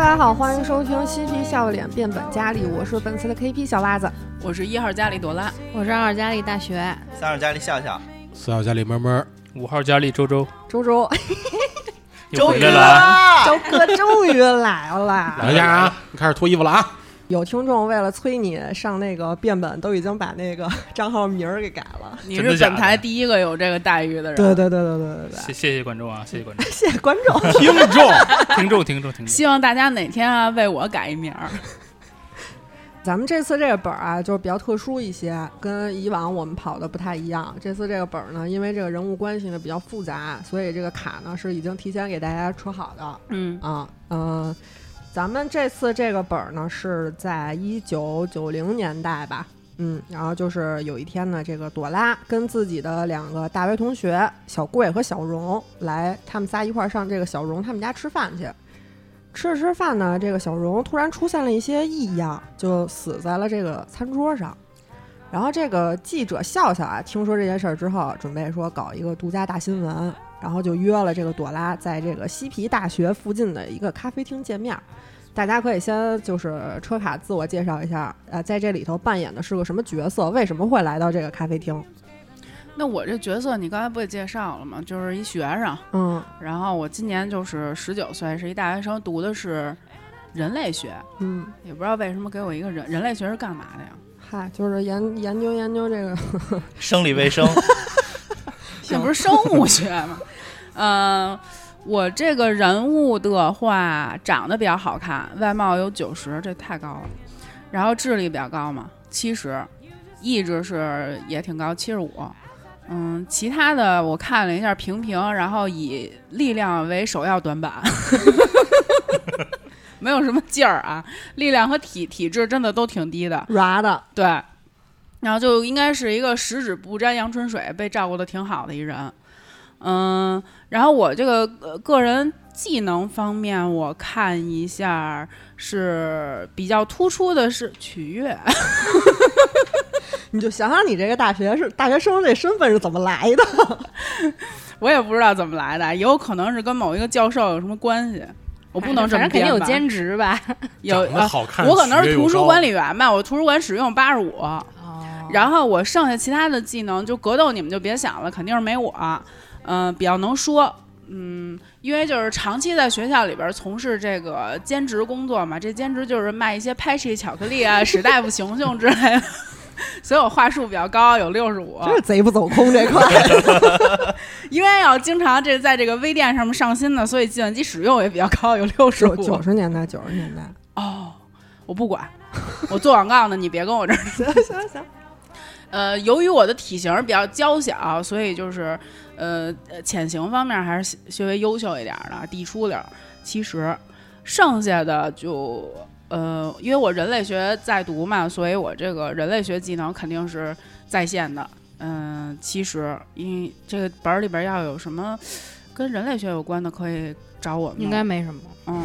家好，欢迎收听《嬉皮笑脸变本加厉》，我是本次的 KP 小袜子。我是一号家里朵 拉，我是二家里大学，三号家里笑笑，四号家里闷闷，五号佳丽周周周周，又回来了啊，周哥终于来了。等一下啊，你开始脱衣服了啊！有听众为了催你上那个变本，都已经把那个账号名儿给改 了。你真是的假本的台第一个有这个待遇的人。对对对对对对对，、谢谢谢观众啊，谢谢观众 谢谢观众。听众，听众、听众、听众。希望大家哪天啊为我改一 名儿。咱们这次这个本儿啊，就是比较特殊一些，跟以往我们跑的不太一样。这次这个本儿呢，因为这个人物关系呢比较复杂，所以这个卡呢是已经提前给大家出好的。嗯，啊，呃，咱们这次这个本儿呢是在一九九零年代吧，嗯，然后就是有一天呢，这个朵拉跟自己的两个大学同学小贵和小荣来，他们仨一块儿上这个小荣他们家吃饭去。吃着吃着饭呢，这个小荣突然出现了一些异样，就死在了这个餐桌上。然后这个记者笑笑啊，听说这件事儿之后，准备说搞一个独家大新闻，然后就约了这个朵拉在这个西皮大学附近的一个咖啡厅见面儿。大家可以先就是车卡自我介绍一下，呃，在这里头扮演的是个什么角色，为什么会来到这个咖啡厅？那我这角色你刚才不也介绍了吗？就是一学生，嗯然后我今年就是十九岁，是一大学生，读的是人类学，嗯，也不知道为什么给我一个人人类学是干嘛的呀？嗨，就是研研究研究 这个，生理卫生，这不是生物学吗？嗯、我这个人物的话，长得比较好看，外貌有九十，这太高了。然后智力比较高嘛，七十，意志是也挺高，七十五。嗯，其他的我看了一下平平，然后以力量为首要短板， 没有什么劲儿啊。力量和体体质真的都挺低的，软的，对，然后就应该是一个十指不沾阳春水，被照顾的挺好的一人。嗯，然后我这个呃个人技能方面，我看一下是比较突出的是取悦，你就想想你这个大学是大学生这身份是怎么来的？我也不知道怎么来的，也有可能是跟某一个教授有什么关系，我我不能这反么正肯定有编吧兼职吧？有呃长得好看，我可能是学历又图书高管理员吧，我图书馆使用八十五，然后我剩下其他的技能就格斗，你们就别想了，肯定是没我，嗯、比较能说，嗯，因为就是长期在学校里边从事这个兼职工作嘛，这兼职就是卖一些拍式巧克力啊、 史大夫熊熊之类的， 所以我话术比较高，有六十五，真是贼不走空这块 儿。因为要经常这在这个微店上面上新的，所以计算机使用也比较高，有六十九五，九十年代，九十年代，哦，我不管，我做广告呢，你别跟我这儿。行行行，呃，由于我的体型比较娇小，所以就是呃，呃潜行方面还是稍微优秀一点儿的，抵触点儿。其实剩下的就呃，因为我人类学在读嘛，所以我这个人类学技能肯定是在线的。嗯、其实因为这个本儿里边儿要有什么跟人类学有关的，可以找我们。应该没什么。嗯，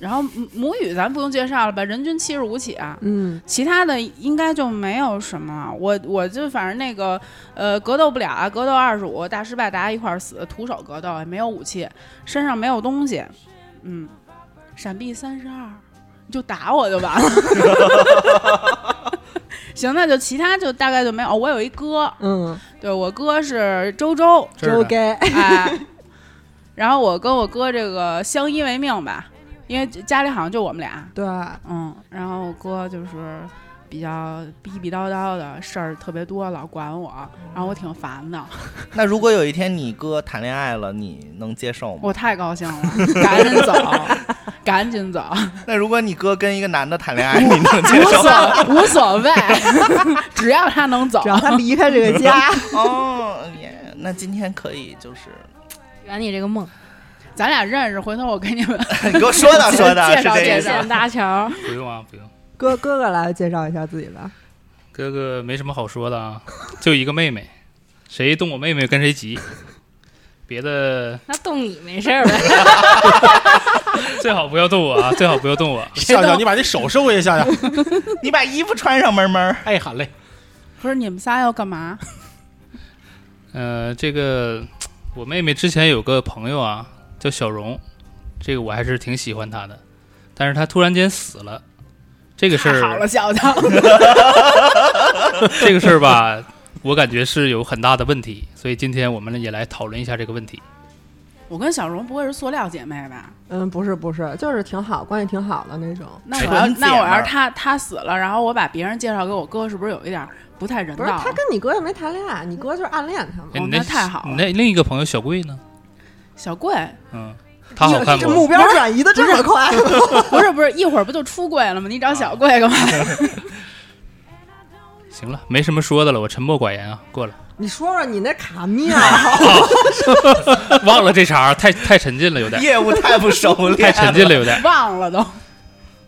然后母母语咱不用介绍了吧，人均七十五起 啊。嗯，其他的应该就没有什么了，我我就反正那个，呃，格斗不了啊，格斗二十五，大失败，大家一块儿死，徒手格斗，也没有武器，身上没有东西，嗯，闪避三十二，你就打我就完了。 行，那就其他就大概就没有。哦我有一哥，嗯，对我哥是周周，这儿周的 gay，哎，然后我跟我哥这个相依为命吧，因为家里好像就我们俩， 对，嗯，然后我哥就是比较逼逼叨叨的事儿特别多，老管我，嗯然后我挺烦的，那如果有一天你哥谈恋爱了，你能接受吗？我太高兴 了，赶紧走，赶紧走，那如果你哥跟一个男的谈恋爱，你能 接无受吗？所无所谓， 只要他能走只。要他离开这个 家，哦耶，那今天可以就是，圆你这个梦，咱俩认识，回头我给你们你给我说道说道，介是绍这介意思绍。线搭桥，不用啊，不用。哥哥哥来介绍一下自己吧。哥哥没什么好说的啊，就一个妹妹，谁动我妹妹跟谁急。别的那动你没事儿呗？最好不要动我啊， 最好不要动我。笑笑，你把那手收回去，笑笑。你把衣服穿上，闷闷儿。哎，好嘞。，不是你们仨要干嘛？呃，这个我妹妹之前有个朋友啊，叫小荣，这个我还是挺喜欢她的。但是他突然间死了，这个事太好儿了，小强， 这个事儿吧，我感觉是有很大的问题，所以今天我们也来讨论一下这个问题。我跟小荣不会是塑料姐妹吧？嗯，不是不是，就是挺好，关系挺好的那种。那纯我要姐那我要是妹儿他他死了，然后我把别人介绍给我哥，是不是有一点儿不太人不道是啊？他跟你哥又没谈恋爱，你哥就是暗恋他嘛哎。哦你那那太好了你那另一个朋友小贵呢？小贵嗯，他好看这不？目标转移的这么快， 不是不是，一会儿不就出柜了吗？你找啊小贵干嘛？ 行了，没什么说的了，我沉默寡言啊，过了， 你说说你那卡啊妙，忘了这茬儿，太太沉浸了，有点业务太不熟太练，沉浸了，有点。忘了都。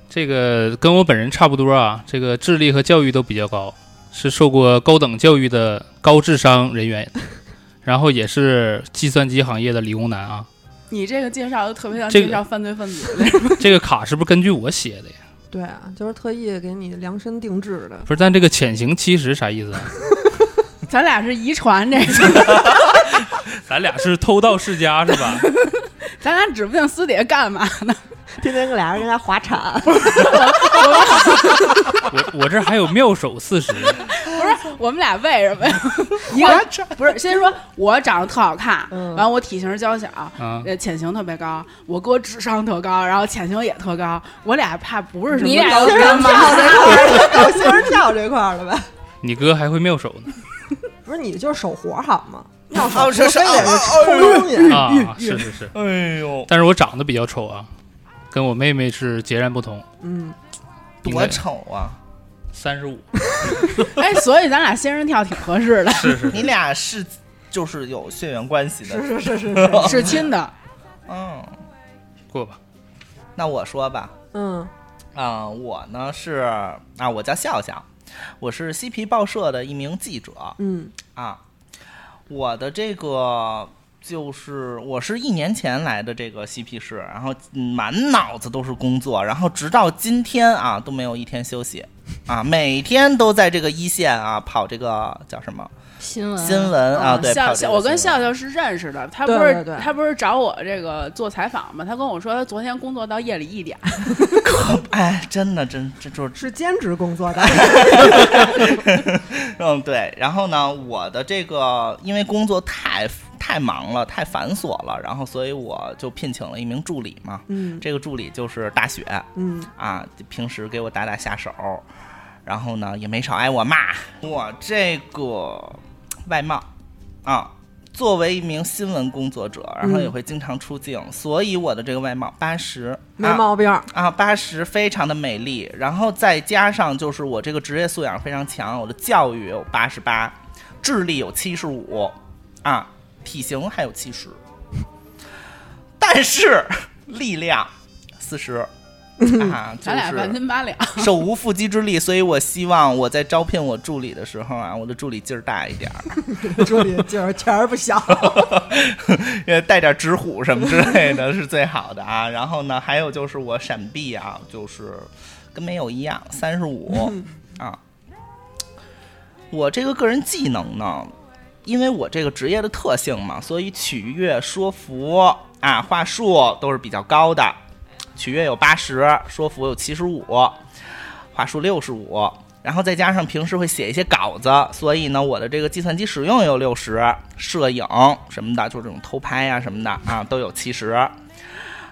这个跟我本人差不多啊，这个智力和教育都比较高，是受过高等教育的高智商人员，然后也是计算机行业的理工男啊。你这个介绍就特别像这个介绍犯罪分子， 这个卡是不是根据我写的呀？对啊，就是特意给你量身定制的。不是，但这个潜行七十啥意思啊？咱俩是遗传这个，咱俩是偷盗世家是吧？咱俩指不定私底下干嘛呢。 天天跟俩人跟家滑铲，我我这还有妙手四十，我们俩为什么呀？ 一个不是先说我长得特好看，嗯完我体型娇小，啊，呃，潜行特别高，我哥智商特高，然后潜行也特高，我俩怕不是什么你俩高 都仙深人干跳嘛这块儿，搞仙人跳这块儿了呗？你哥还会妙手呢不是，你就是手活好吗？要手哦活是非是得 哦是冲东西。啊，是是是，哎呦，但是我长得比较丑啊，跟我妹妹是截然不同，嗯，多丑啊！三十五，哎，所以咱俩仙人跳挺合适 的，是是你俩是就是有血缘关系的是，是是是是，是亲的。嗯，过吧，那我说吧，嗯，啊、我呢是啊，我叫笑笑，我是西皮报社的一名记者嗯，啊。我的这个就是我是一年前来的这个西皮市，然后嗯满脑子都是工作，然后直到今天啊都没有一天休息啊，每天都在这个一线啊跑这个叫什么 新闻新闻啊，对，笑跑这笑，个我跟新闻笑笑是认识的，他不对是对对他不是找我这个做采访吗？他跟我说他昨天工作到夜里一点，哎，真的真这就是是兼职工作的。嗯，对。然后呢，我的这个因为工作太太忙了，太繁琐了，然后所以我就聘请了一名助理嘛。嗯这个助理就是大雪嗯，啊，平时给我打打下手，然后呢也没少挨我骂。我这个外貌啊，作为一名新闻工作者，然后也嗯会经常出镜，所以我的这个外貌八十没毛病。 啊，八十非常的美丽，然后再加上就是我这个职业素养非常强，我的教育有八十八，智力有七十五，啊，体型还有七十，但是力量四十，啊，就咱俩半是斤八两。手无缚鸡之力，所以我希望我在招聘我助理的时候啊，我的助理劲儿大一点儿，助理劲儿钱儿不小。呃，带点纸虎什么之类的是最好的啊。然后呢，还有就是我闪避啊，就是跟没有一样，三十五啊。我这个个人技能呢，因为我这个职业的特性嘛，所以取悦、说服啊、话术都是比较高的。取悦有八十，说服有七十五，话术六十五，然后再加上平时会写一些稿子，所以呢，我的这个计算机使用也有六十，摄影什么的，就是这种偷拍啊什么的啊，都有七十。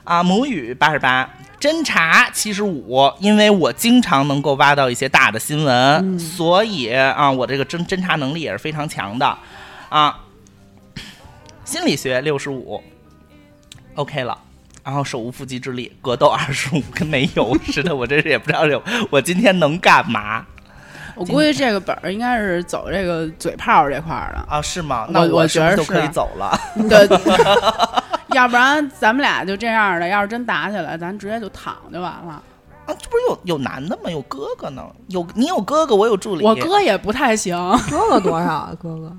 啊，母语八十八，侦查七十五，因为我经常能够挖到一些大的新闻，所以啊，我这个侦侦查能力也是非常强的啊。心理学六十五，OK 了。然后手无缚鸡之力，格斗二十五跟没有似的，我真是也不知道有我今天能干嘛 我估计这个本儿应该是走这个嘴炮这块儿啊？是吗？那我我是觉不得是就可以是啊走了？啊的， 对，要不然咱们俩就这样的。要是真打起来，咱直接就躺就完了。啊，这不是有有男的吗？有哥哥呢？有你有哥哥，我有助理。我哥也不太行，哥哥多少啊？哥哥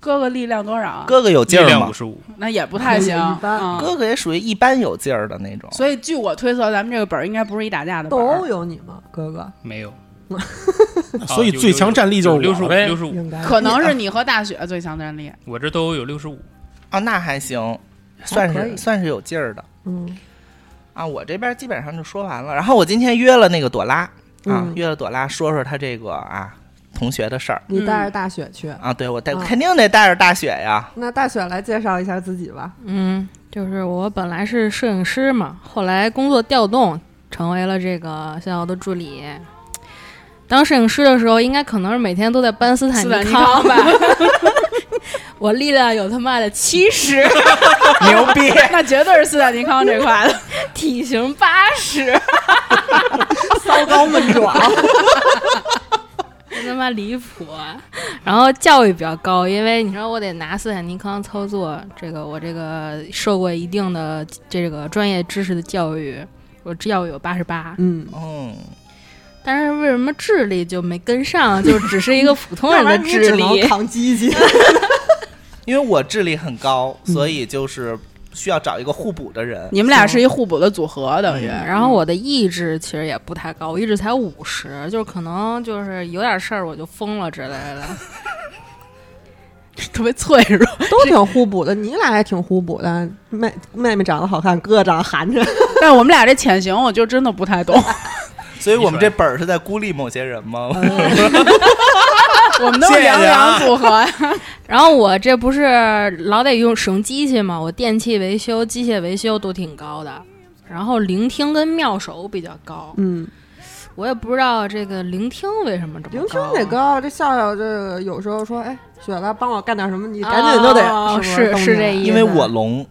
哥哥力量多少啊？哥哥有力劲儿量吗五？十五，那也不太 行。一般嗯哥哥也属于一般有劲儿的那种。所以据我推测，咱们这个本儿应该不是一打架的本斗儿殴。有你吗？哥哥没有 啊所以最强战力就是六我十五，呗六十五，应该可能是你和大雪最强战 力，我这都有六十五。啊，那还行，算可是以算是有劲儿的。嗯，啊，我这边基本上就说完了。然后我今天约了那个朵拉啊，嗯约了朵拉说说她这个啊同学的事儿你带着嗯大雪去。啊。对我嗯带、啊肯定得带着大雪 呀，那大雪来介绍一下自己吧。嗯，就是我本来是摄影师嘛，后来工作调动，成为了这个逍遥的助理。当摄影师的时候，应该可能是每天都在搬斯坦斯坦尼康康吧。 我力量有他妈的七十，牛逼！ 那绝对是斯坦尼康这块的。体型八十， 骚高闷壮，真他妈离谱、啊。然后教育比较高，因为你说我得拿斯坦尼康操作，这个我这个受过一定的这个专业知识的教育，我教育有八十八。嗯，嗯，但是为什么智力就没跟上？就只是一个普通人的 智只能力。扛机器。因为我智力很高，所嗯以就是需要找一个互补的人。 你们俩是一互补的组合，等于。然后我的意志其实也不太高，我意志才五十，就是可能就是有点事儿我就疯了之类的。特别脆 弱， 都挺互补的，你俩也挺互补的。妹妹妹长得好看，哥哥长得寒碜。嗯但是我们俩这潜行，我就真的不太 懂。 所以我们这本儿是在孤立某些人吗？哦 我们都是谢谢啊两两组合呀。然后我这不是老得用使用机器嘛，我电器维修、机械维修都挺高的。然后聆听跟妙手比较高，嗯，我也不知道这个聆听为什么这么高。啊聆听得。高，这笑笑这个有时候说，哎，雪子帮我干点什么，你赶紧就得、哦是哦不是动是起这来意思。因为我聋，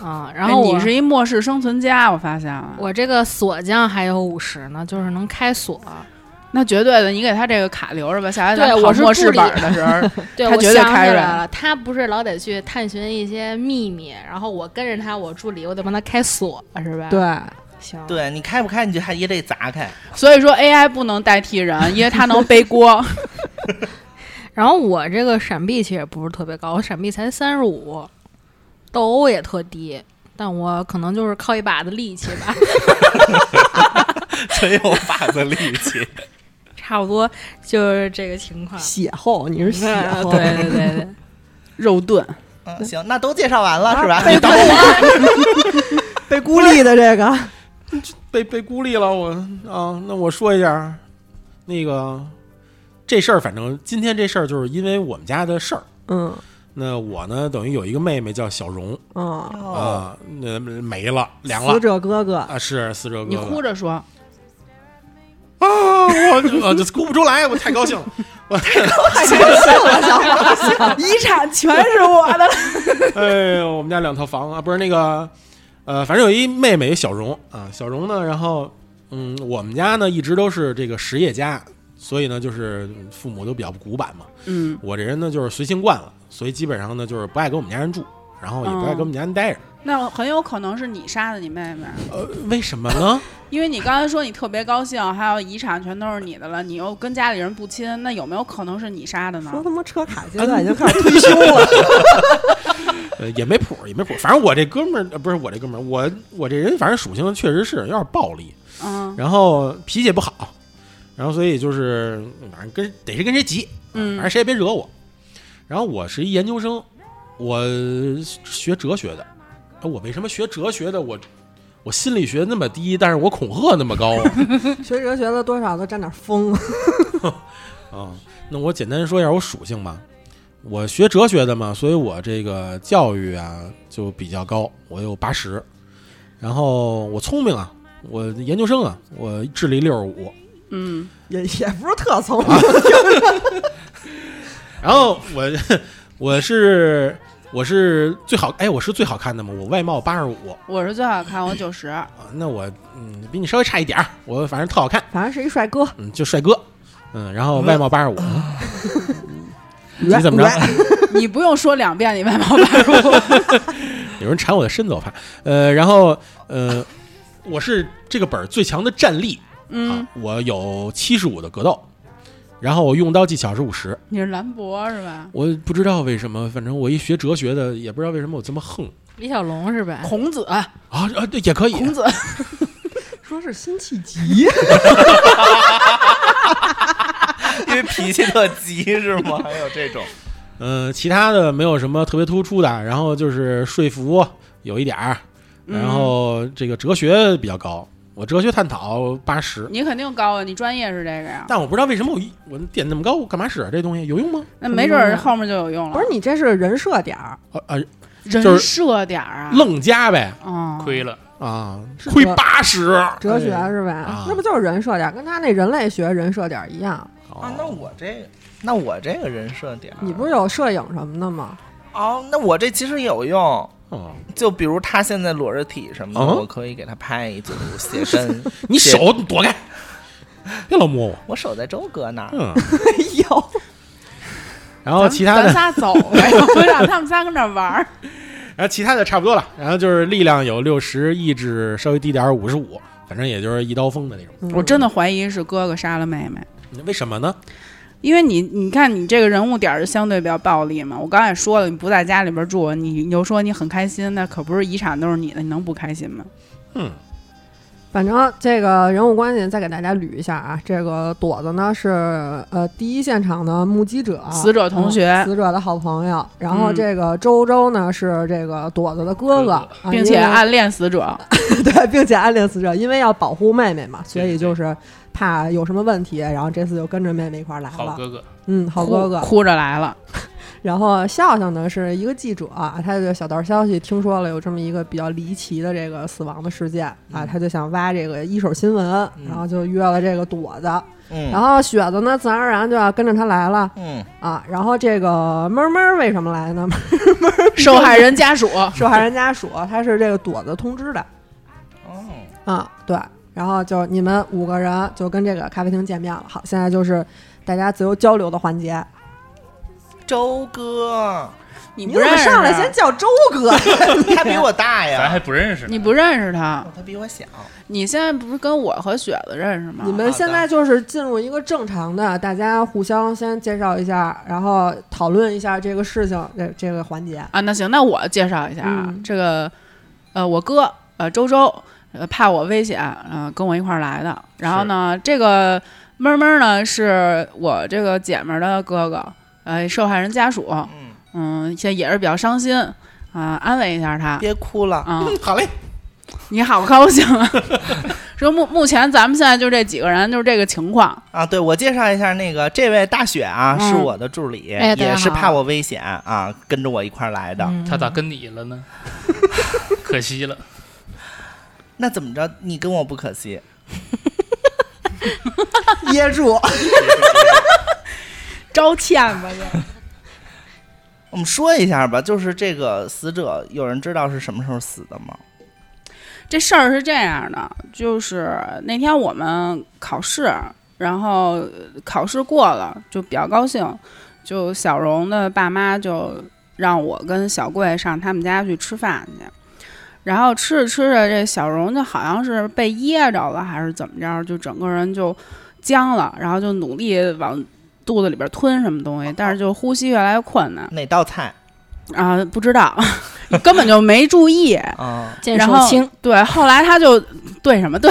啊，然哎后我你是一末世生存家，我发现了。我这个锁匠还有五十呢，就是能开锁。 那绝对的，你给他这个卡留着吧。下回咱对跑我是末世助理本的时候，对，他我绝对想起开来人了，他不是老得去探寻一些秘密，然后我跟着他，我助理，我得帮他开锁，是吧？，对，行，对你开不开，你就还也得砸 开。 所以说 AI 不能代替人，因为它能背 锅。然后我这个闪避其实也不是特别高，我闪避才三十五，斗殴也特低，但我可能就是靠一把子力气吧， 真有把子力气。差不多就是这个情况。血厚，你是血对厚，对对对，肉盾， 啊嗯，行，那都介绍完了是吧？啊被你等我。被孤立的这个，被被孤立了，我啊，那我说一下，那个这事儿，反正今天这事儿就是因为我们家的事儿。嗯那我呢，等于有一个妹妹叫小荣嗯，哦，啊，那、没了，凉死了者哥哥，啊，是死者哥哥。你哭着说，啊，我我就哭不出来，我太高兴了。太高兴了，小伙儿遗产全是我的。 哎呦，我们家两套房啊，不是那个，呃，反正有一妹妹小荣啊，小荣呢，然后嗯，我们家呢一直都是这个实业家，所以呢就是父母都比较古板嘛。 嗯，我这人呢就是随性惯了，所以基本上呢就是不爱跟我们家人住，然后也不爱跟我们家人待着。那很有可能是你杀的你妹妹，呃，为什么呢？因为你刚才说你特别高兴，还有遗产全都是你的了，你又跟家里人不亲，那有没有可能是你杀嗯的呢说？他妈车卡现在已经开始退休了，呃，也没谱，也没谱。反正我这哥们儿、呃、不是我这哥们儿，我我这人反正属性确实是有点暴力，嗯然后脾气也不好，然后所以就是反正跟得谁跟谁急，反嗯正谁也别惹我。然后我是一研究生，我学哲学的。哎我为什么学哲学的？我我心理学那么低，但是我恐吓那么高啊！学哲学的多少都沾点风，啊，那我简单说一下我属性吧。我学哲学的嘛，所以我这个教育啊就比较高，我有八十。然后我聪明啊，我研究生啊，我智力六十五。嗯，也也不是特聪明，然后我 我是我是最好哎，我是最好看的嘛，我外貌八十五，我是最好看，我九十。 啊，那我嗯比你稍微差一点儿，我反正特好看，反正是一帅哥，嗯，就帅哥，嗯，然后外貌八十五，你你怎么着？ 你不用说两遍，你外貌八十五。有人缠我的身子，我怕，呃，然后呃，我是这个本儿最强的战力啊嗯，，我有七十五的格斗，然后我用刀技巧是五十，你是兰博是吧？我不知道为什么，反正我一学哲学的，也不知道为什么我这么横李小龙是吧？孔子，啊啊，对，也可以，孔子，说是辛弃疾， 因为脾气特急是 吗？还有这种，呃嗯、其他的没有什么特别突出的，然后就是说服有一点儿，然后这个哲学比较高，我哲学探讨八十，你肯定高啊，你专业是这个呀，但我不知道为什么我一我点那么高，我干嘛使啊这东西有用吗？那没准儿后面就有用了。 不是你这是人设点儿，啊啊，就人是设点儿啊，愣加呗嗯，亏了。啊，是亏哲八十，哲学哎是吧？啊那不就是人设点儿，跟他那人类学人设点儿一样。啊哦，那我这那我这个人设点儿，你不是有摄影什么的吗？哦？那我这其实有用，哦就比如他现在裸着体什么的，嗯我可以给他拍一组写 真。你手躲开，别老摸我，我手在周哥那儿，嗯，没有，然后咱其他的嗯咱仨走 呗，我让他们仨跟那儿玩儿。然后其他的差不多了，然后就是力量有六十，意志稍微低点儿五十五，反正也就是一刀锋的那种。嗯我真的怀疑是哥哥杀了妹妹，为什么呢？因为你你看你这个人物点儿相对比较暴力嘛。我刚才也说了，你不在家里边住，你你又说你很开心，那可不是遗产都是你的，你能不开心吗？嗯，反正这个人物关系再给大家捋一下啊，这个朵子呢是呃第一现场的目击者，死者同学啊嗯死者的好朋友。然后嗯这个周周呢是这个朵子的哥哥哥，啊并且因为暗恋死者， 对，并且暗恋死者，因为要保护妹妹嘛，所以就是怕有什么问题，然后这次就跟着妹妹一块儿来好了。哥哥，嗯，好哥哥哭。哭着来了。然后笑笑呢是一个记者啊、他就小道消息听说了有这么一个比较离奇的这个死亡的事件嗯啊，他就想挖这个一手新闻，然后就约了这个朵子，嗯，然后雪子呢自然而然就要跟着他来了嗯，啊。然后这个闷儿闷儿为什么来呢？ 受害人家属，受害人家属他是这个朵子通知的哦，啊，对。然后就你们五个人就跟这个咖啡厅见面了。好，现在就是大家自由交流的环节。周哥，你你不怎认么识啊上来他先叫周 哥？他 比我大 咱呀，还哦不认识呢。你不认识他，他比我小，你现在不是跟我和雪子认识吗？你们现在就是进入一个正常的，大家互相先介绍一下，然后讨论一下这个事情这这个环节。啊，那行，那我介绍一下啊，嗯这个呃，我哥呃，周周呃，怕我危险，呃，跟我一块儿来的。然后呢，这个闷儿闷儿呢，是我这个姐们儿的哥哥，呃，受害人家属，嗯，嗯，现在也是比较伤心啊、安慰一下他。别哭了，啊、好嘞，你好高兴啊！ 说目目前咱们现在就这几个人，就是这个情况。啊，对我介绍一下那个这位大雪啊，嗯是我的助理，哎大家也是好怕我危险啊，跟着我一块儿来的。嗯他咋跟你 了呢？可惜了，那怎么着？你跟我不可惜，噎住，招欠吧，我们说一下吧。就是这个死者，有人知道是什么时候死的吗？这事儿是这样的，就是那天我们考试，然后呃考试过了，就比较高兴。就小荣的爸妈就让我跟小贵上他们家去吃饭去，然后吃着吃着，这小荣就好像是被噎着了，还是怎么着，就整个人就僵了，然后就努力往肚子里边吞什么东西，但是就呼吸越来越困难哪道菜啊，不知道， 根本就没注意。啊？ 见然手后青，对，后来他就对什么对，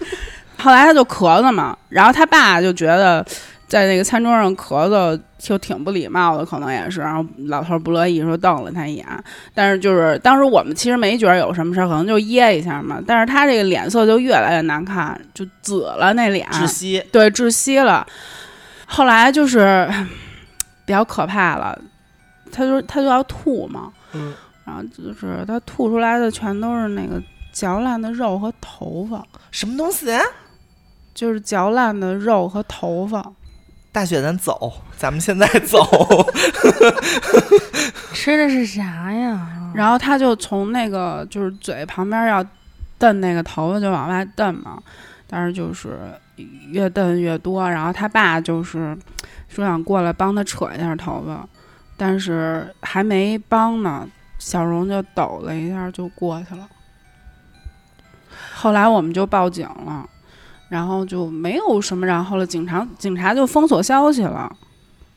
后来他就咳嗽嘛，然后他爸就觉得在那个餐桌上咳嗽就挺不礼貌的，可能也是，然后老头不乐意说瞪了他一眼，但是就是当时我们其实没觉得有什么事儿，可能就噎一下嘛，但是他这个脸色就越来越难看，就紫了那脸，窒息，对，窒息了。后来就是比较可怕了，他就他就要吐嘛，嗯然后就是他吐出来的全都是那个嚼烂的肉和头发，什么东西？啊就是嚼烂的肉和头发。大雪，咱走，咱们现在走。吃的是啥呀？然后他就从那个就是嘴旁边要蹬那个头发就往外蹬嘛，但是就是越蹬越多。然后他爸就是说想过来帮他扯一下头发，但是还没帮呢，小荣就抖了一下就过去了。后来我们就报警了，然后就没有什么然后了，警察警察就封锁消息了，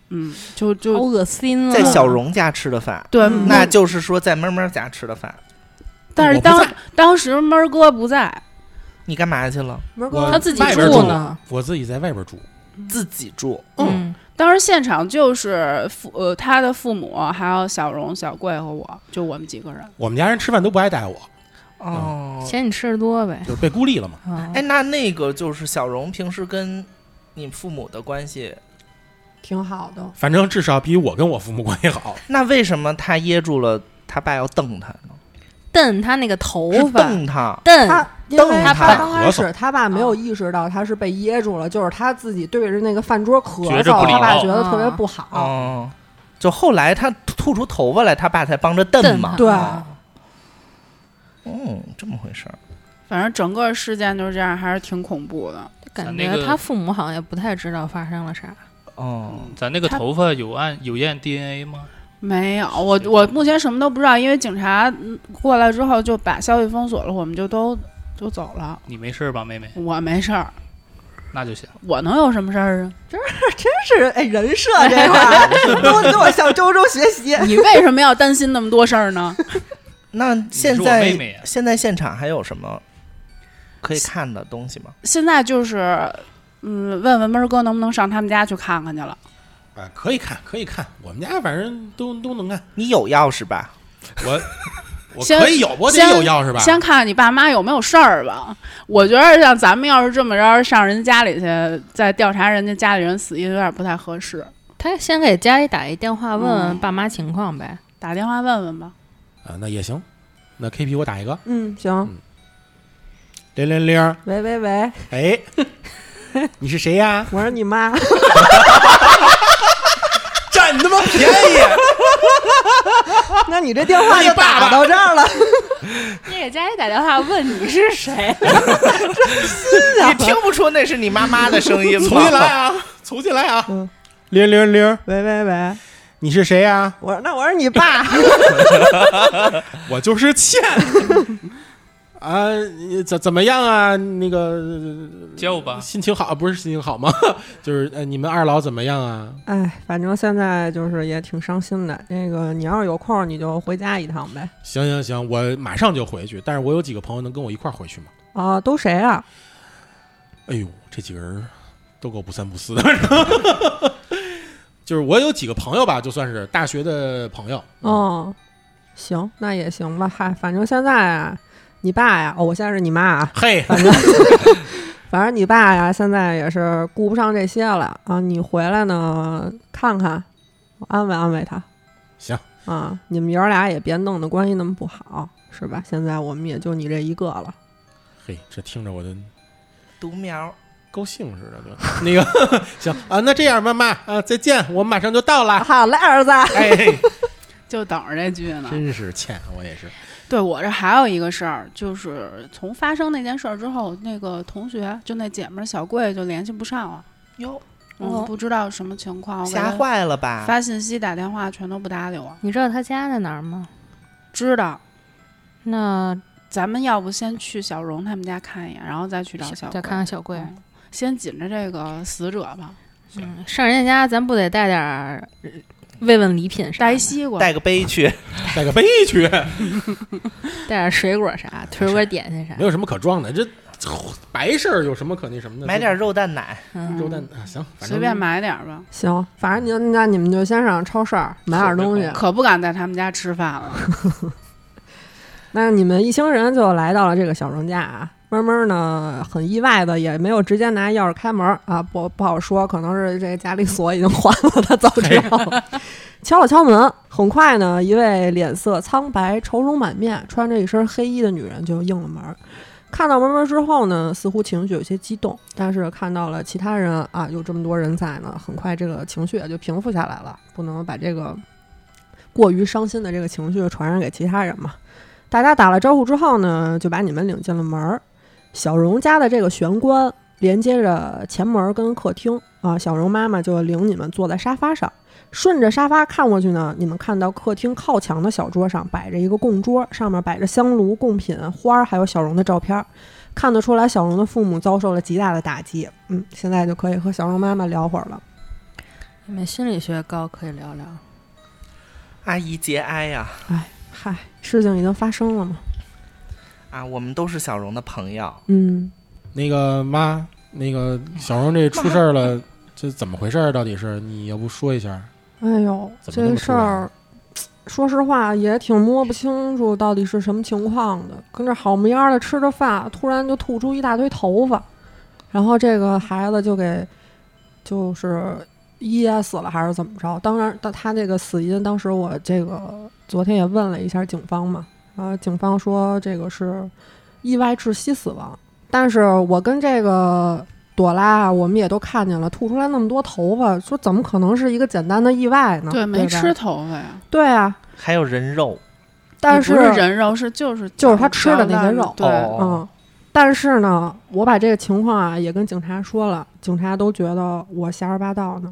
嗯，就好哦就恶心啊了！ 在小荣家吃的饭，对，嗯 那就是说在闷闷家吃的饭。但是我不当在当时闷儿哥不在，你干嘛去了？门我哥他自己外边住住呢。我自己在外边住，自己住，嗯，当时现场就是父呃他的父母，还有小荣、小贵和我，就我们几个人。我们家人吃饭都不爱带我，哦，嫌你吃的多呗。就是被孤立了嘛。啊哎，，那那个就是小荣平时跟你父母的关系，挺好嗯的。反正至少比我跟我父母关系好。那为什么他噎住了他爸要瞪他呢？瞪他那个头是发，瞪他，瞪他因瞪为他他刚开咳始，他爸没嗯有意识到他是被噎住了，就是他自己对着那个饭桌咳觉着不嗽，礼他爸貌觉得特别嗯不好。哦，就后来他吐出头发来，他爸才帮着瞪瞪嘛。他对哦嗯，这么回事儿。反正整个事件就是这样，还是挺恐怖的。感那觉个他父母好像也不太知道发生了啥。哦，咱那个他头发有按有验 DNA 吗？没有，我我目前什么都不知道，因为警察嗯过来之后就把消息封锁了，我们就都都走了。你没事吧，妹妹？我没事儿，那就行。我能有什么事儿啊？ 真是哎，人设这块儿都跟我向周周学习。你为什么要担心那么多事儿呢？那现是我在妹妹啊呀现在现场还有什么可以看的东西吗？现在就是，嗯，问问闷儿哥能不能上他们家去看看去了。啊，可以看，可以看，我们家反正都都能看。你有钥匙吧？我我先可以有，我得先有钥匙吧？先看看你爸妈有没有事儿吧。我觉得像咱们要是这么着上人家里去，再调查人家家里人死因，有点不太合适。他先给家里打一电话，问问嗯爸妈情况呗。打电话问问吧。啊，那也行。那 K P 我打一个嗯，行，零零零，喂喂喂，哎， 你是谁呀？我是你 妈。占你他妈便宜！那你这电话就打到这儿了，你给家里打电话问你是谁， 你听不出那是你妈妈的声音吗？重新来啊，重新来啊嗯！零零零， 喂喂喂，你是谁呀？我说那我是你爸，我就是欠。 啊，你怎怎么样啊？那个叫吧，心情好不是心情好吗？ 就是呃，你们二老怎么样啊？ 哎，反正现在就是也挺伤心的。那个你要是有空，你就回家一趟呗。行行行，我马上就回去。但是我有几个朋友能跟我一块儿回去吗？啊，都谁啊？哎呦，这几个人都够不三不四的。 就是我有几个朋友吧，就算是大学的朋友。哦，行，那也行吧。嗨，反正现在啊，你爸呀，哦，我现在是你妈啊，嘿，反正你爸呀，现在也是顾不上这些了啊。你回来呢，看看，安慰安慰他行，啊。你们爷儿俩也别弄得关系那么不好，是吧？现在我们也就你这一个了。嘿，这听着我就独苗，高兴似的。就那个行啊，那这样，妈妈啊，再见，我马上就到了。好嘞，啊儿子。哎，就等着这句呢。真是欠啊我也是。对我这还有一个事儿，就是从发生那件事儿之后，那个同学就那姐们儿小贵就联系不上了，哟，哦嗯，不知道什么情况，我给她吓坏了吧？发信息打电话全都不搭理我。你知道他家在哪儿吗？知道，那咱们要不先去小荣他们家看一眼，然后再去找小贵再看看小贵。嗯先紧着这个死者吧，嗯，上人家家咱不得带点儿呃慰问礼品啥带一的，西瓜，带个杯去，带个杯去，带点儿水果啥，水果点心啥没。有什么可装的，这白事儿有什么可那什么的？买点肉蛋奶。嗯，肉蛋啊，行，反正随便买点儿吧。行，反正你就那你们就先上超市儿买点东西。可不敢在他们家吃饭 了。那你们一行人就来到了这个小荣家啊。闷闷呢，很意外的也没有直接拿钥匙开门儿啊，不不好说，可能是这家里锁已经换了，他早知道了。敲了敲门，很快呢，一位脸色苍白、愁容满面、穿着一身黑衣的女人就应了门儿。看到闷闷之后呢，似乎情绪有些激动，但是看到了其他人啊，有这么多人在呢，很快这个情绪也就平复下来了，不能把这个过于伤心的这个情绪传染给其他人嘛。大家打了招呼之后呢，就把你们领进了门儿。小荣家的这个玄关连接着前门儿跟客厅啊，小荣妈妈就领你们坐在沙发上，顺着沙发看过去呢，你们看到客厅靠墙的小桌上摆着一个供桌，上面摆着香炉、贡品、花儿，还有小荣的照片儿。看得出来，小荣的父母遭受了极大的打击。嗯，现在就可以和小荣妈妈聊会儿了。你们心理学高可以聊聊。阿姨节哀啊呀、嗨，事情已经发生了嘛。啊！我们都是小荣的朋友。嗯，那个妈，那个小荣这出事儿了，这怎么回事儿？到底是你要不说一下？哎呦，怎么那这么事儿说实话也挺摸不清楚到底是什么情况的，跟这好模样的吃着饭，突然就吐出一大堆头发，然后这个孩子就给就是噎死了还是怎么着？当然，但他这个死因，当时我这个昨天也问了一下警方嘛，然后警方说这个是意外窒息死亡，但是我跟这个。朵拉啊，我们也都看见了，吐出来那么多头发，说怎么可能是一个简单的意外呢？对吧，对，没吃头发呀，对啊，还有人肉，但是不人肉，是就是就是他吃的那些肉对，哦嗯，但是呢，我把这个情况啊也跟警察说了，警察都觉得我瞎说八道呢。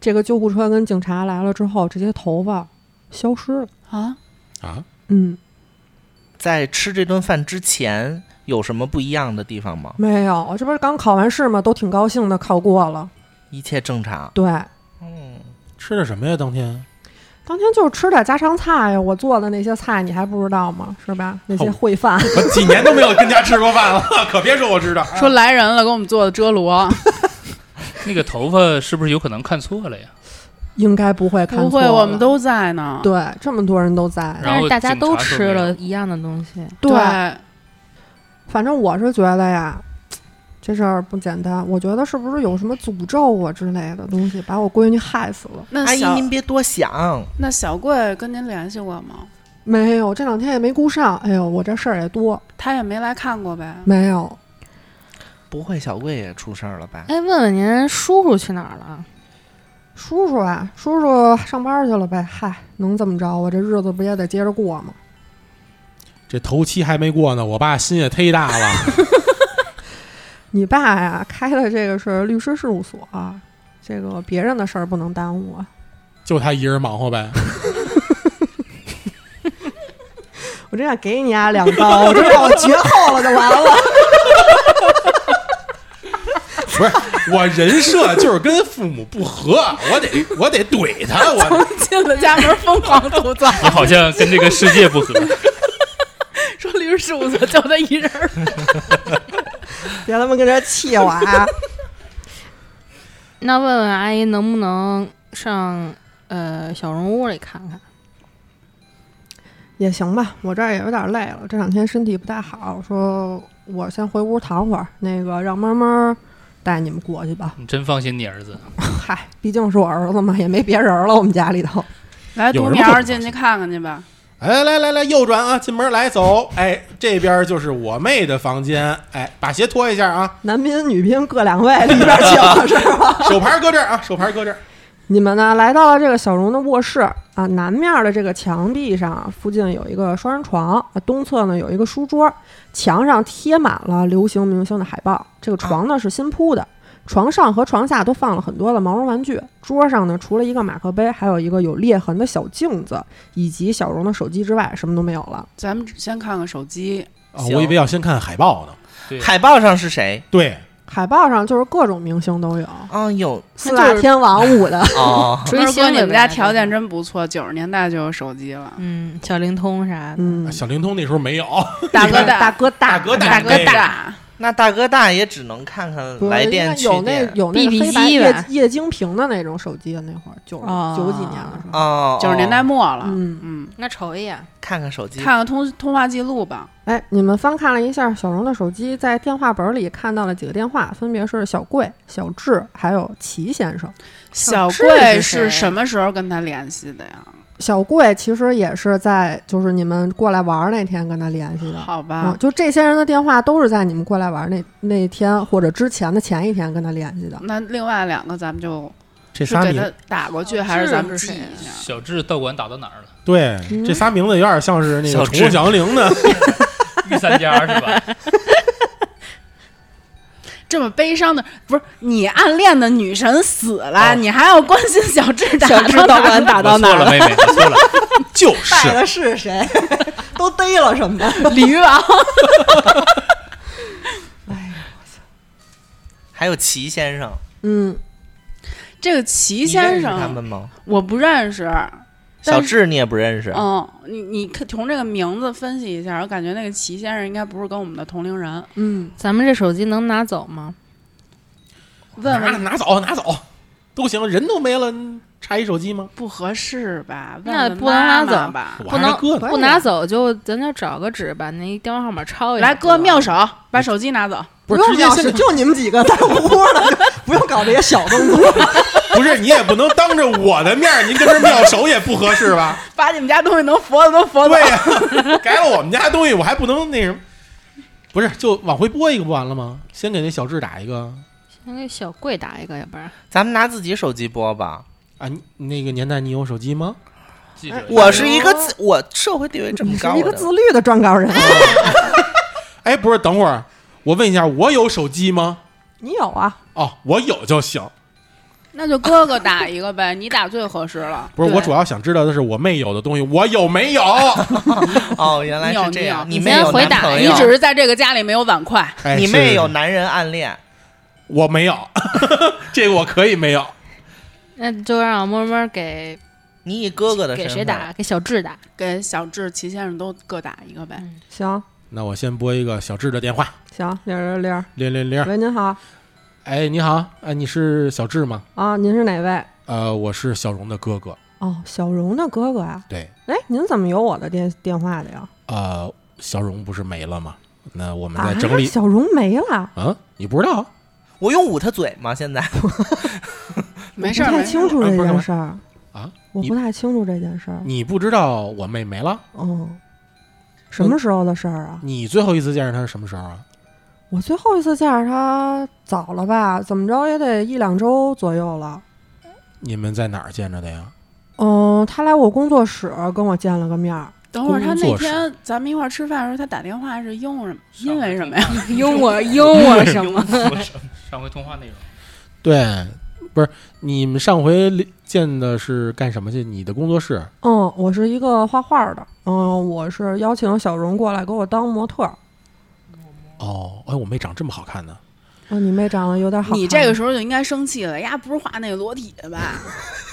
这个救护车跟警察来了之后，这些头发消失了。啊，啊，嗯，在吃这顿饭之前有什么不一样的地方吗？没有，我这不是刚考完试嘛，都挺高兴的，考过了。一切正常。对，嗯，吃的什么呀？当天当天就是吃点家常菜呀，我做的那些菜你还不知道吗？是吧？那些哦烩 饭，我几年都没有跟家吃过饭了， 可别说我知道。说来人了，给我们做的遮罗，那个头发是不是有可能看错了呀？应该不会看不错会，了我们都在呢。对，这么多人都在，然但后是大家警察都都吃没有了一样的东西，对，反正我是觉得呀，这事儿不简单。我觉得是不是有什么诅咒啊之类的东西把我闺女害死了？那阿姨小您别多想，那小贵跟您联系过吗？没有，这两天也没顾上。哎呦，我这事儿也多，他也没来看过 呗。没有。不会小贵也出事儿了吧？哎，问问您叔叔去哪儿了？叔叔啊，叔叔上班去了呗。嗨，能怎么着？我这日子不也得接着过吗？这头七还没过呢，我爸心也忒大 了。你爸呀，开的这个是律师事务所啊、这个别人的事儿不能耽误啊。就他一人忙活呗，我真想给你啊两刀，我就让我绝后了就完了。不是我人设就是跟父母不和，我得我得怼他， 我进了家门疯狂吐槽，你好像跟这个世界不合。说律师事务所就他一人儿。别他妈跟这儿气我啊！那问问阿姨能不能上呃小人屋里看看？，也行吧，我这儿也有点累了，这两天身体不太好，我说我先回屋躺会儿，那个让妈妈带你们过去吧。你真放心你儿子？嗨，毕竟是我儿子嘛，也没别人了，我们家里头。来，有独人苗会儿吗进去看看去吧。哎来来来右转啊，进门来走，哎这边就是我妹的房间，哎把鞋脱一下啊，男宾女宾各两位，里边请是吧？手牌搁这儿啊，手牌搁这儿。你们呢，来到了这个小荣的卧室啊，南面的这个墙壁上啊附近有一个双人床，啊、东侧呢有一个书桌，墙上贴满了流行明星的海报。这个床呢是新铺的，床上和床下都放了很多的毛绒玩具。桌上呢除了一个马克杯，还有一个有裂痕的小镜子，以及小荣的手机之外，什么都没有了。咱们先看看手机，啊，行我以为要先看海报呢。对海报上是谁？对，海报上就是各种明星都有，嗯，有四大天王舞 的。哦二追星哥，你的们家呗条件就是真不错，九十年代就有手机了。嗯，小灵通啥的，嗯，啊小灵通那时候没有，大哥大大，哥大大哥大大那哥个大，那大哥大也只能看看不是来应电该去有那电。有那个 BB 黑白机液呗液晶屏的那种手机的那会儿九哦九几年的时候，哦，九十年代哦末了。嗯，嗯，那瞅一眼。看看手机，看看通通话记录吧。哎，你们翻看了一下小荣的手机，在电话本里看到了几个电话，分别是小贵、小智还有齐先生。小小智贵是谁是什么时候跟他联系的呀？小贵其实也是在就是你们过来玩儿那天跟他联系的。好啊吧，，哦就这些人的电话都是在你们过来玩儿那那天或者之前的前一天跟他联系的。那另外两个咱们就 这是仨给名他打过去，还是咱们记一下？小智道馆打到哪儿了？对嗯这仨名字有点像是那个小《宠物智小精灵》的。御三家是吧？这么悲伤的，不是你暗恋的女神死了，哦你还要关心小智打小智到道哪馆打 我到哪错儿了，了？妹妹，我错了。 就是的是谁？都逮了什么？鲤鱼王，还有齐先生，嗯，这个齐你认先识他们生吗？我不认识。小但是智你也不认识，嗯，你你看从这个名字分析一下，我感觉那个齐先生应该不是跟我们的同龄人。嗯，咱们这手机能拿走吗？问问拿拿走拿走都行，人都没了，插一手机吗？不合适吧？问那问不能妈拿妈走吧。我不还能是搁呢。可以不啊拿走就咱就找个纸把那电话号码抄一下。来，哥妙手，把手机拿走。不是用直接表现示就你们几个在乎乎的，不用搞这些小动 作。不是你也不能当着我的面儿，您跟这儿妙手也不合 适吧？把你们家东西能佛的都佛走对。呀、改了我们家东西，我还不能那什么？不是，就往回拨一个不完了吗？先给那小智打一个先给小贵打一个，要不然咱们拿自己手机拨吧。啊！你那个年代你有手机吗？记者 我是一个自，我社会地位这么你是高一个的，自律的撰稿人，哎，不是，等会儿我问一下，我有手机吗？ 你有啊？哦，我有就行。那就哥哥打一个呗，你打最合适了。不是，对我主要想知道的是我妹有的东西，我有没有？哦，原来是这样。你你有妹有你先回男答朋你友，只是在这个家里没有碗筷， 哎你是妹有男人暗恋，我没 有，这个我可以没有。那就让默默给你以哥哥的给身谁份打？？给小智打。给小智、齐先生都各打一个呗。行那我先拨一个小智的电话，行，零零零，零零零。喂，您好哎，你好，哎，你是小智吗？啊，您是哪位？呃，我是小荣的哥哥。哦，小荣的哥哥啊。对，哎，您怎么有我的电电话的呀？呃，小荣不是没了吗？那我们啊在，整理小荣没了，啊你不知道？我用捂他嘴吗？现在没事儿，不太没事清儿。楚啊这不是件事儿啊。我你不太清楚这件事儿。你不知道我妹没了？嗯，什么时候的事儿啊？你最后一次见着她是什么时候啊？我最后一次见着他早了吧？怎么着也得一两周左右了。你们在哪儿见着的呀？嗯，他来我工作室跟我见了个面儿。等会儿他工那作室天咱们一块儿吃饭的时候，他打电话是因为什么？因为什么呀？ 用 我用我什么？上回通话内容，对，不是你们上回见的是干什么去？你的工作室？嗯，我是一个画画的。嗯，我是邀请小荣过来给我当模特儿。哦，哎，我妹长这么好看呢。嗯，你妹长得有点好看。你这个时候就应该生气了，呀，不是画那裸体的吧？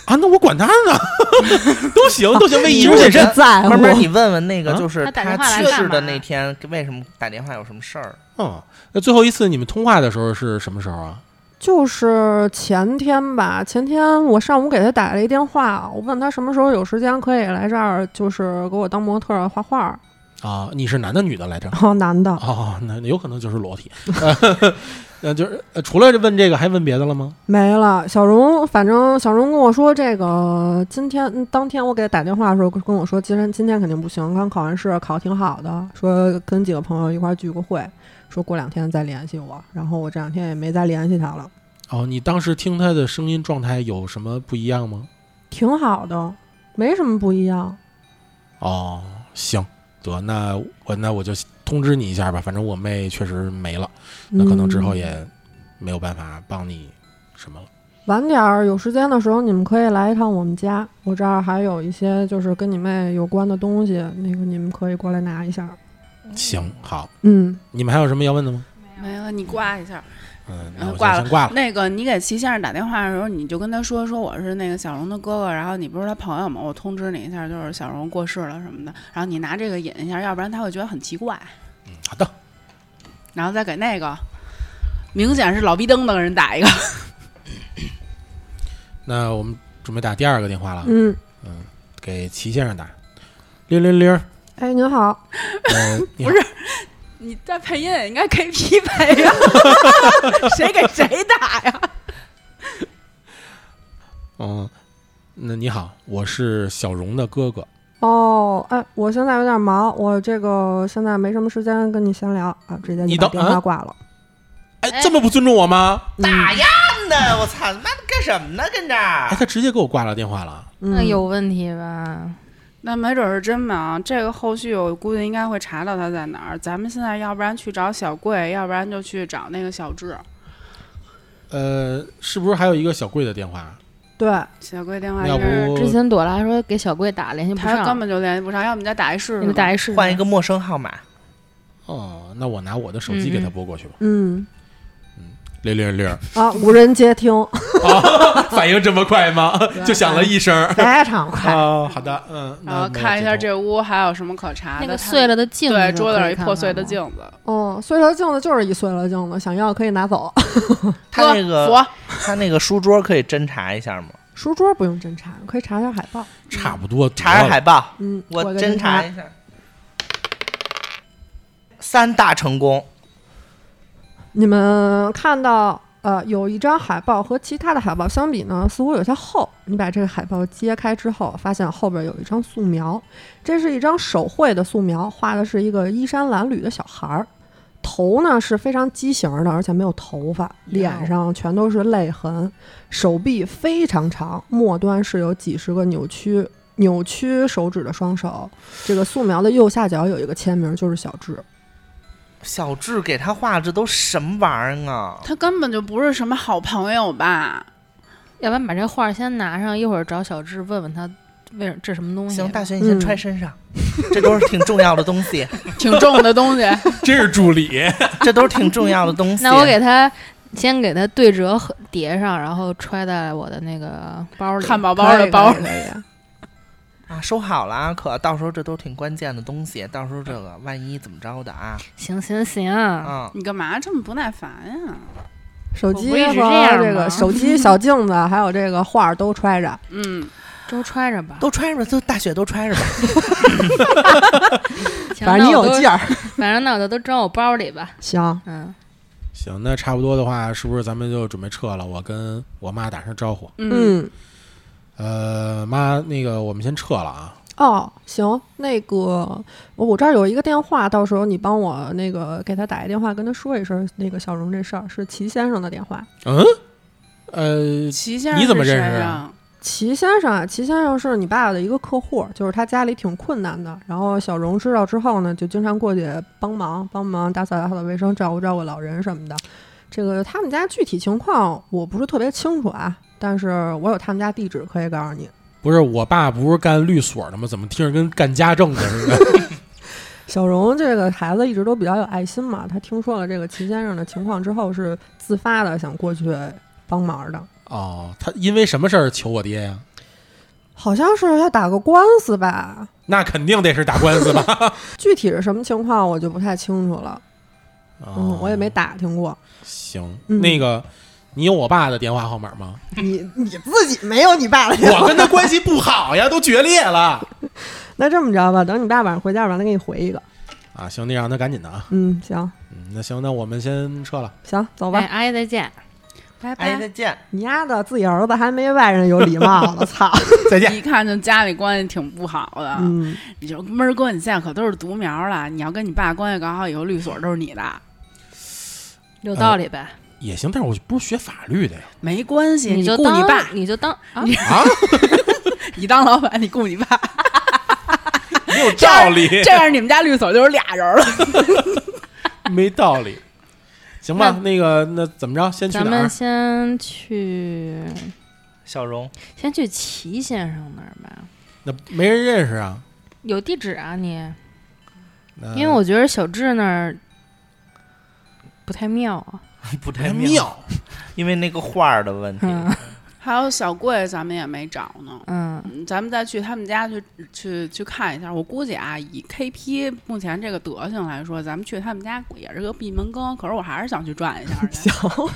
啊，那我管她呢， 都行都行，为艺你术这献是身。在乎慢慢你问问那个，啊就是他打电话来去干世的嘛那天为什么打电话有什么事儿？嗯，那最后一次你们通话的时候是什么时候啊？就是前天吧，前天我上午给他打了一电话，我问他什么时候有时间可以来这儿，就是给我当模特儿画画儿。 啊，你是男的女的来着？然后男的，哦，那有可能就是裸体。 呃那就是呃除了问这个，还问别的了吗？没了，小荣，反正小荣跟我说，这个今天嗯当天我给他打电话的时候跟我说，今天今天肯定不行，刚考完试，考挺好的，说跟几个朋友一块儿聚个会，说过两天再联系我。然后我这两天也没再联系他了，哦，你当时听他的声音状态有什么不一样吗？挺好的，没什么不一样。哦，行，得，那我那我就通知你一下吧。反正我妹确实没了，那可能之后嗯也没有办法帮你什么了。晚点儿有时间的时候，你们可以来一趟我们家，我这儿还有一些就是跟你妹有关的东西，那个你们可以过来拿一下。行，好，嗯，你们还有什么要问的吗？没了，你挂一下。嗯，那嗯我就挂了先挂了。那个，你给齐先生打电话的时候，你就跟他说说我是那个小荣的哥哥，然后你不是他朋友吗？我通知你一下，就是小荣过世了什么的，然后你拿这个引一下，要不然他会觉得很奇怪。嗯好的，然后再给那个明显是老逼登的人打一个，那我们准备打第二个电话了，嗯，给齐先生打，零零零。哎，您好， 呃，你好不是你在配音也应该给匹配啊 呀，谁给谁打呀？嗯，那你好，我是小荣的哥哥。哦，哎，我现在有点忙，我这个现在没什么时间跟你闲聊啊，直接你就把等电话啊挂了。嗯哎，这么不尊重我吗？打呀呢！我操，他妈的干什么呢？跟这啊儿哎，他直接给我挂了电话了。嗯，那有问题吧？那没准是真忙，这个后续我估计应该会查到他在哪儿。咱们现在要不然去找小贵，要不然就去找那个小智。呃，是不是还有一个小贵的电话？对，小贵电话要是不之前朵拉说给小贵打联系不他根上，本就联系不上，要不你再打一试你试们打吧。一试试换一个陌生号码，哦，那我拿我的手机给他拨过去吧。嗯，六六六，啊，无人接听， 反应这么快 吗？就响了一声。非常快。哦，好的，嗯，然后那看一下个。这屋还有什么可查的。那个他碎了的镜子可以对桌看看吗，子上一破碎的镜子。嗯，碎了镜子就是一碎了镜子，想要可以拿走。 他那哥个佛他那个书桌可以侦查一下吗？书桌不用真查，可以查查海报。差不多得查查了海报，嗯，我我侦查查一下。三大成功，你们看到呃，有一张海报和其他的海报相比呢，似乎有些厚。你把这个海报揭开之后，发现后边有一张素描，这是一张手绘的素描，画的是一个衣衫褴褛的小孩儿，头呢是非常畸形的，而且没有头发，脸上全都是泪痕，手臂非常长，末端是有几十个扭曲。扭曲手指的双手，这个素描的右下角有一个签名，就是小智。小智给他画这都什么玩意儿啊？他根本就不是什么好朋友 吧？要不然把这画先拿上，一会儿找小智问问他为这什么东西。行，大学你先嗯揣身上，这都是挺重要的东西，挺重的东西，真是助理。这都是挺重要的东 西。那我给他先给他对折和叠上，然后揣在我的那个 包里。汉堡包的包可以可以可以啊收好了啊，可到时候这都挺关键的东西，到时候这个万一怎么着的啊？行行行，啊，你干嘛这么不耐烦呀？手机我不一和直这样这吗个手 机、小镜子，还有这个画儿都揣着。嗯，都揣着吧。都揣着吧，都大雪都揣着吧。行反正你那我有都劲儿，反正那我就都装我包里吧。行，嗯，行，那差不多的话，是不是咱们就准备撤了？我跟我妈打声招呼。嗯嗯，呃，妈，那个我们先撤了啊。哦，行，那个我我这儿有一个电话，到时候你帮我那个给他打一电话，跟他说一声那个小荣这事儿是齐先生的电话。嗯，呃，齐先生你怎么是谁认识啊啊？齐先生啊，齐先生是你爸爸的一个客户，就是他家里挺困难的。然后小荣知道之后呢，就经常过去帮忙，帮忙打扫打扫卫生，照顾照顾老人什么的。这个他们家具体情况我不是特别清楚啊，但是我有他们家地址可以告诉你。不是，我爸不是干律所的吗？怎么听着跟干家政的似的？ 小荣这个孩子一直都比较有爱心嘛，他听说了这个齐先生的情况之后，是自发的想过去帮忙的。哦，他因为什么事儿求我爹呀、好像是要打个官司吧，那肯定得是打官司吧？具体是什么情况我就不太清楚了。哦嗯，我也没。打听过。行，嗯那个，你有我爸的电话号码吗？ 你你自己没有你爸的电话。我跟他关系不好呀，都决裂了。 那这么着吧，等你爸晚上回家，完了给你回一个。啊，行，那让他赶紧的啊。嗯，行嗯，那行，那我们先撤了。行，走吧。哎，阿姨再见。拜哎，拜。再见，你丫的自己儿子还没外人有礼貌，我操！再见。一看就家里关系挺不好的，嗯，你就闷儿哥，你现在可都是独苗了。你要跟你爸关系搞好，以后律所都是你的，有道理呗，也行，但是我不是学法律的呀。没关系，就雇你当爸，你就当啊，啊，你当老板，你雇你 爸，没有道理，这样你们家律所就是俩人了。没道理。行吧，那个那怎么着，先去咱哪们儿？先去小荣，先去齐先生那儿吧。那没人认识啊。有地址啊你？那因为我觉得小智那儿不太妙啊。 不太太，妙，因为那个画儿的问题。嗯还有小贵，咱们也没找呢。嗯，嗯咱们再去他们家去去去看一下。我估计啊，以 KP 目前这个德行来说，咱们去他们家也是个闭门羹。可是我还是想去转一下的。行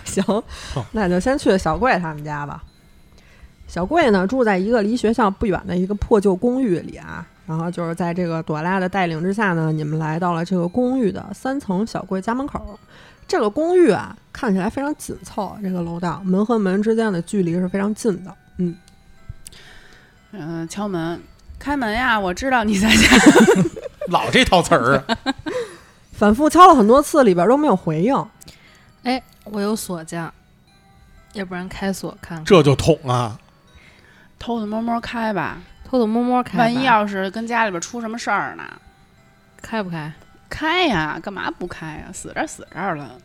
行，那就先去小贵他们家吧。小贵呢，住在一个离学校不远的一个破旧公寓里啊。然后就是在这个朵拉的带领之下呢，你们来到了这个公寓的三层小贵家门口。这个公寓啊，看起来非常紧凑，这个楼道门和门之间的距离是非常近的。嗯，嗯、敲门，开门呀！我知道你在家。 老这套词儿啊。反复敲了很多次，里边都没有回应。哎，我有锁匠，要不然开锁看看， 这就捅啊！偷偷摸摸开吧，偷偷摸摸开吧。万一要是跟家里边出什么事儿呢？开不开？开呀，干嘛不开呀？死这儿死这儿了，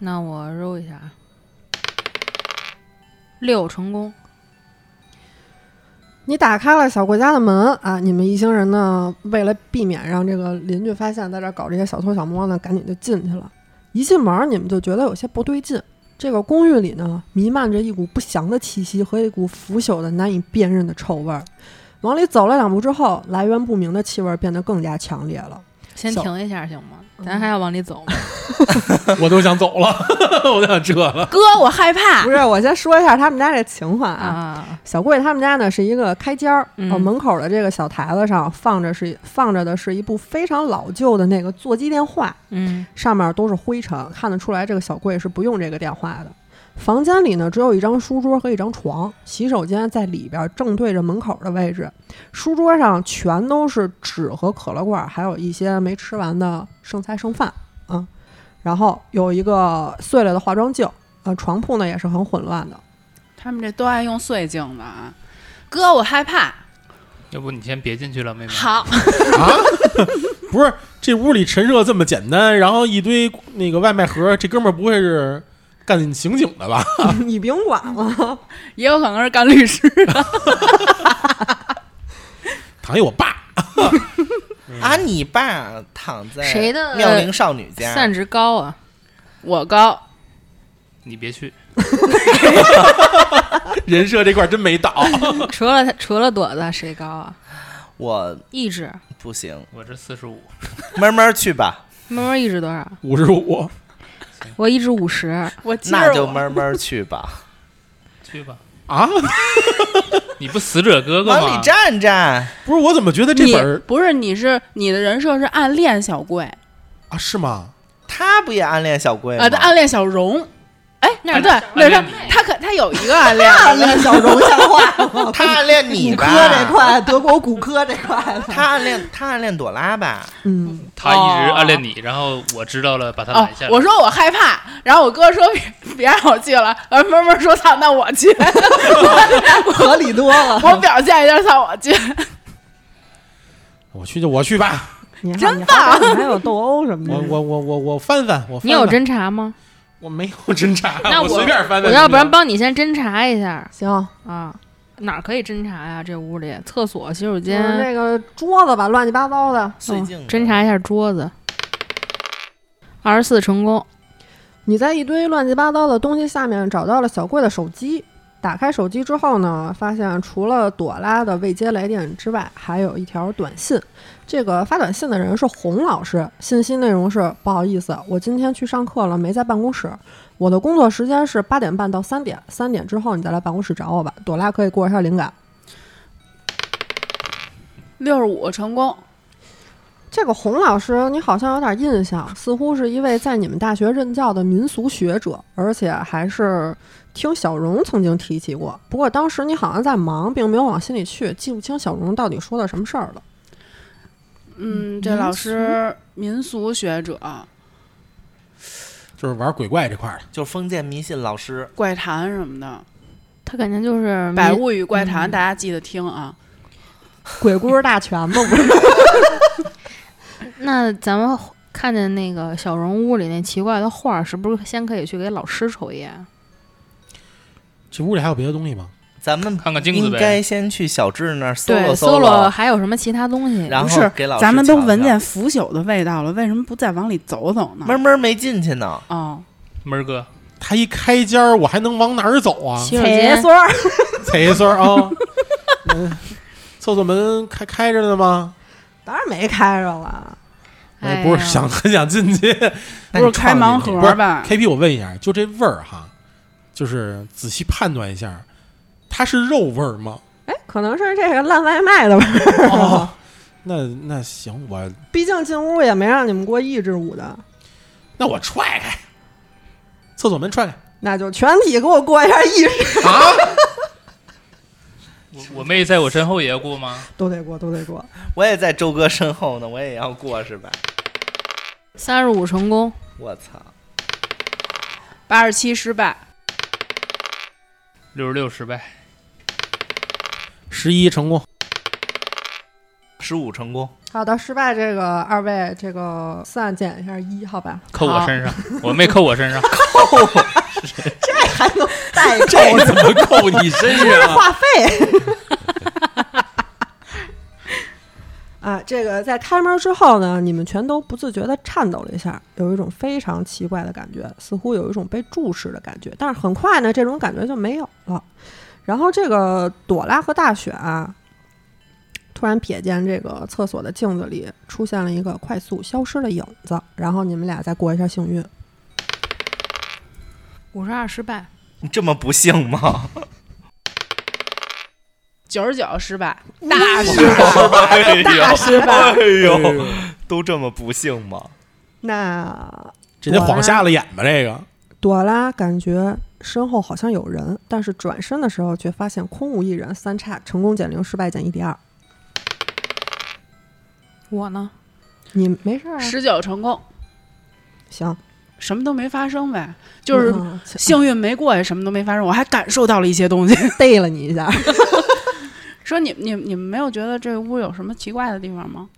那我揉一下啊，六成功。你打开了小贵家的门啊！你们一行人呢，为了避免让这个邻居发现，在这儿搞这些小偷小摸呢，赶紧就进去了。一进门，你们就觉得有些不对劲。这个公寓里呢，弥漫着一股不祥的气息和一股腐朽的、难以辨认的臭味儿。往里走了两步之后，来源不明的气味变得更加强烈了。先小停一下行吗？咱嗯还要往里走吗？我都想走了， 我都想撤了。 哥，我害怕不。是，我先说一下他们家这情况啊。啊，小贵他们家呢是一个开间儿，嗯呃门口的这个小台子上放着是放着的是一部非常老旧的那个座机电话，嗯上面都是灰尘，看得出来这个小贵是不用这个电话的。房间里呢，只有一张书桌和一张床，洗手间在里边，正对着门口的位置。书桌上全都是纸和可乐罐，还有一些没吃完的剩菜剩饭啊、嗯然后有一个碎了的化妆镜，呃，床铺呢也是很混乱的。 他们这都爱用碎镜子啊。哥，我害怕。要不你先别进去了，妹妹。好，啊不是这屋里陈设这么简单，然后一堆那个外卖盒，这哥们儿不会是干刑警的吧？你甭管了，也有可能是干律 师的。躺一我爸，啊，你爸躺在谁的妙龄少女家，散值高啊，我高，你别去，人设这块儿真没倒。除了他，除了朵子谁高啊？我意志，不行，我这四十五，慢慢去吧，妹妹意志多少？ 五十五，我意志五十，我记那着我。就慢慢去 吧，去吧。啊，你不死者哥哥往里吗？站站，不是我怎么觉得这你本儿不是你是你的人设是暗恋小贵啊是吗？他不也暗恋小贵吗？啊，他暗恋小荣。哎，那不对，那暗是恋你他可他有一个 暗恋，看了小荣像话 吗？他暗恋你骨吧科？这块，德国骨科这块他暗恋他暗恋朵拉吧？嗯，他一直暗恋你，然后我知道了，把他哦拦下，来。我说我害怕，然后我哥说别 别让我去了，呃，妹妹说操，那我 去，合理多了。我表现一下，操，我去，我去就我去吧，你还真你还你还有斗殴什么的。我我我我我翻翻，我翻翻嗯你有侦查 吗？我没有侦查，那我我随便翻翻就我行。要不然帮你先侦查一下行，啊，哪儿可以侦查呀？这屋里，厕所、洗手就是间，那个桌子吧，乱七八糟的。碎镜侦查一下桌子。二十四成功，你在一堆乱七八糟的东西下面找到了小贵的手机。打开手机之后呢，发现除了朵拉的未接来电之外，还有一条短信。这个发短信的人是洪老师，信息内容是：不好意思，我今天去上课了，没在办公室。我的工作时间是八点半到三点，三点之后你再来办公室找我吧。朵拉可以过一下灵感。六十五成功，这个洪老师，你好像有点印象，似乎是一位在你们大学任教的民俗学者，而且还是听小荣曾经提起过。不过当时你好像在忙，并没有往心里去，记不清小荣到底说的什么事儿了。嗯，这民老师民俗学者， 就是玩鬼怪这块儿的，就是封建迷信老师，怪谈什么的，他肯定就是《迷百物语怪谈》嗯大家记得听啊。鬼故事大全嘛，不是？那咱们看见那个小荣屋里那奇怪的画儿，是不是先可以去给老师瞅一眼？这屋里还有别的东西吗？咱们看看镜子应呗。该先去小智那儿搜对，罗搜罗罗，还有什么其他东西？然不后是给老师咱们都瞧瞧闻见腐朽的味道了，为什么不再往里走走呢？闷闷没进去呢。哦，门儿哥，他一开间儿，我还能往哪儿走啊？洗手间孙儿，踩一村儿 啊，嗯，厕所门开开着呢吗？当然没开着了。我也哎不是呀想很想进 去，那不是你开撞盲进去盒不是吧？ KP，我问一下，就这味儿哈，就是仔细判断一下，它是肉味儿吗？哎，可能是这个烂外卖的味儿。啊哦，那那行，我毕竟进屋也没让你们过一至五的，那我踹开厕所门，踹开那就全体给我过一下一至，啊！我我妹在我身后也要过吗？都得过，都得过。我也在周哥身后呢，我也要过是吧？三十五成功，我操！八十七失败，六十六失败，十一成功，十五成功，好的，失败这个二位这个算减一下一，好吧？扣我好身上，我妹扣我身上，还能带 这怎么扣你 身上啊？话费。 啊，这个在开门之后呢，你们全都不自觉地颤抖了一下，有一种非常奇怪的感觉，似乎有一种被注视的感觉。但是很快呢，这种感觉就没有了。然后这个朵拉和大雪啊，突然瞥见这个厕所的镜子里出现了一个快速消失的影子，然后你们俩再过一下幸运。五十二失败，你这么不幸吗？九十九失败，大失败， 哎大呦，失败。哎呦，都这么不幸吗？那这得晃瞎了眼吧？这个朵拉感觉身后好像有人，但是转身的时候却发现空无一人，三叉成功减零，失败减一 d 二。我呢？你没事儿啊？十九成功，行，什么都没发生呗，就是嗯幸运没过也什么都没发生，我还感受到了一些东西。逮了你一 下， 说你你你们没有觉得这屋有什么奇怪的地方吗？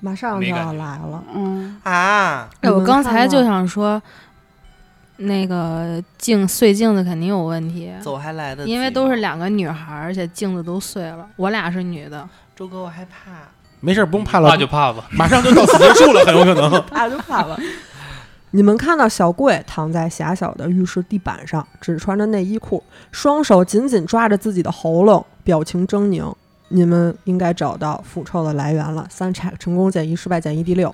马上就没感要觉来 了。嗯，啊，你哎，我能刚看才就到想说，那个镜碎镜子肯定有问题，走还来得及吗，因为都是两个女孩儿，而且镜子都碎了。我俩是女的，周哥，我害怕。没事儿，不用怕了，怕就怕吧。马上就到此结束了，很有可能。怕就怕了。你们看到小贵躺在狭小的浴室地板上，只穿着内衣裤，双手紧紧抓着自己的喉咙，表情狰狞。你们应该找到腐臭的来源了。三叉成功减一，失败减一，第六。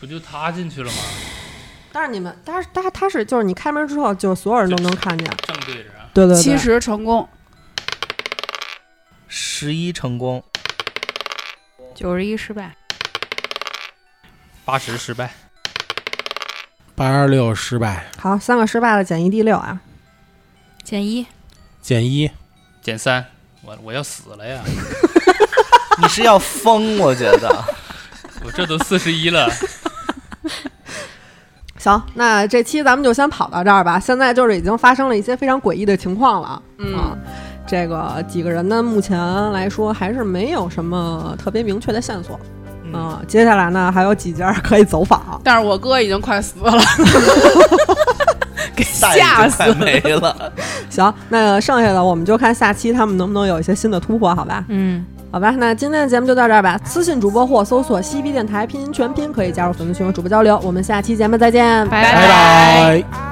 不就他进去了吗？但是你们，但是他他是就是你开门之后，就所有人都能看见。正对着啊，对对对，七十成功，十一成功， 九十一失败，八十失败，八二六失败，好，三个失败了减一，第六啊。减一。减一，减三，我我要死了呀！你是要疯？我觉得我这都四十一了，行，那这期咱们就先跑到这儿吧。现在就是已经发生了一些非常诡异的情况了。啊，这个几个人呢，目前来说还是没有什么特别明确的线索。嗯啊，接下来呢还有几家可以走访。啊但是我哥已经快死了，给 蛋已吓经死快了。没了。行，那剩下的我们就看下期他们能不能有一些新的突破，好吧？嗯，好吧，那今天的节目就到这儿吧。私信主播或搜索“西皮电台”拼音全拼，可以加入粉丝群和主播交流。我们下期节目再见，拜拜拜拜。 I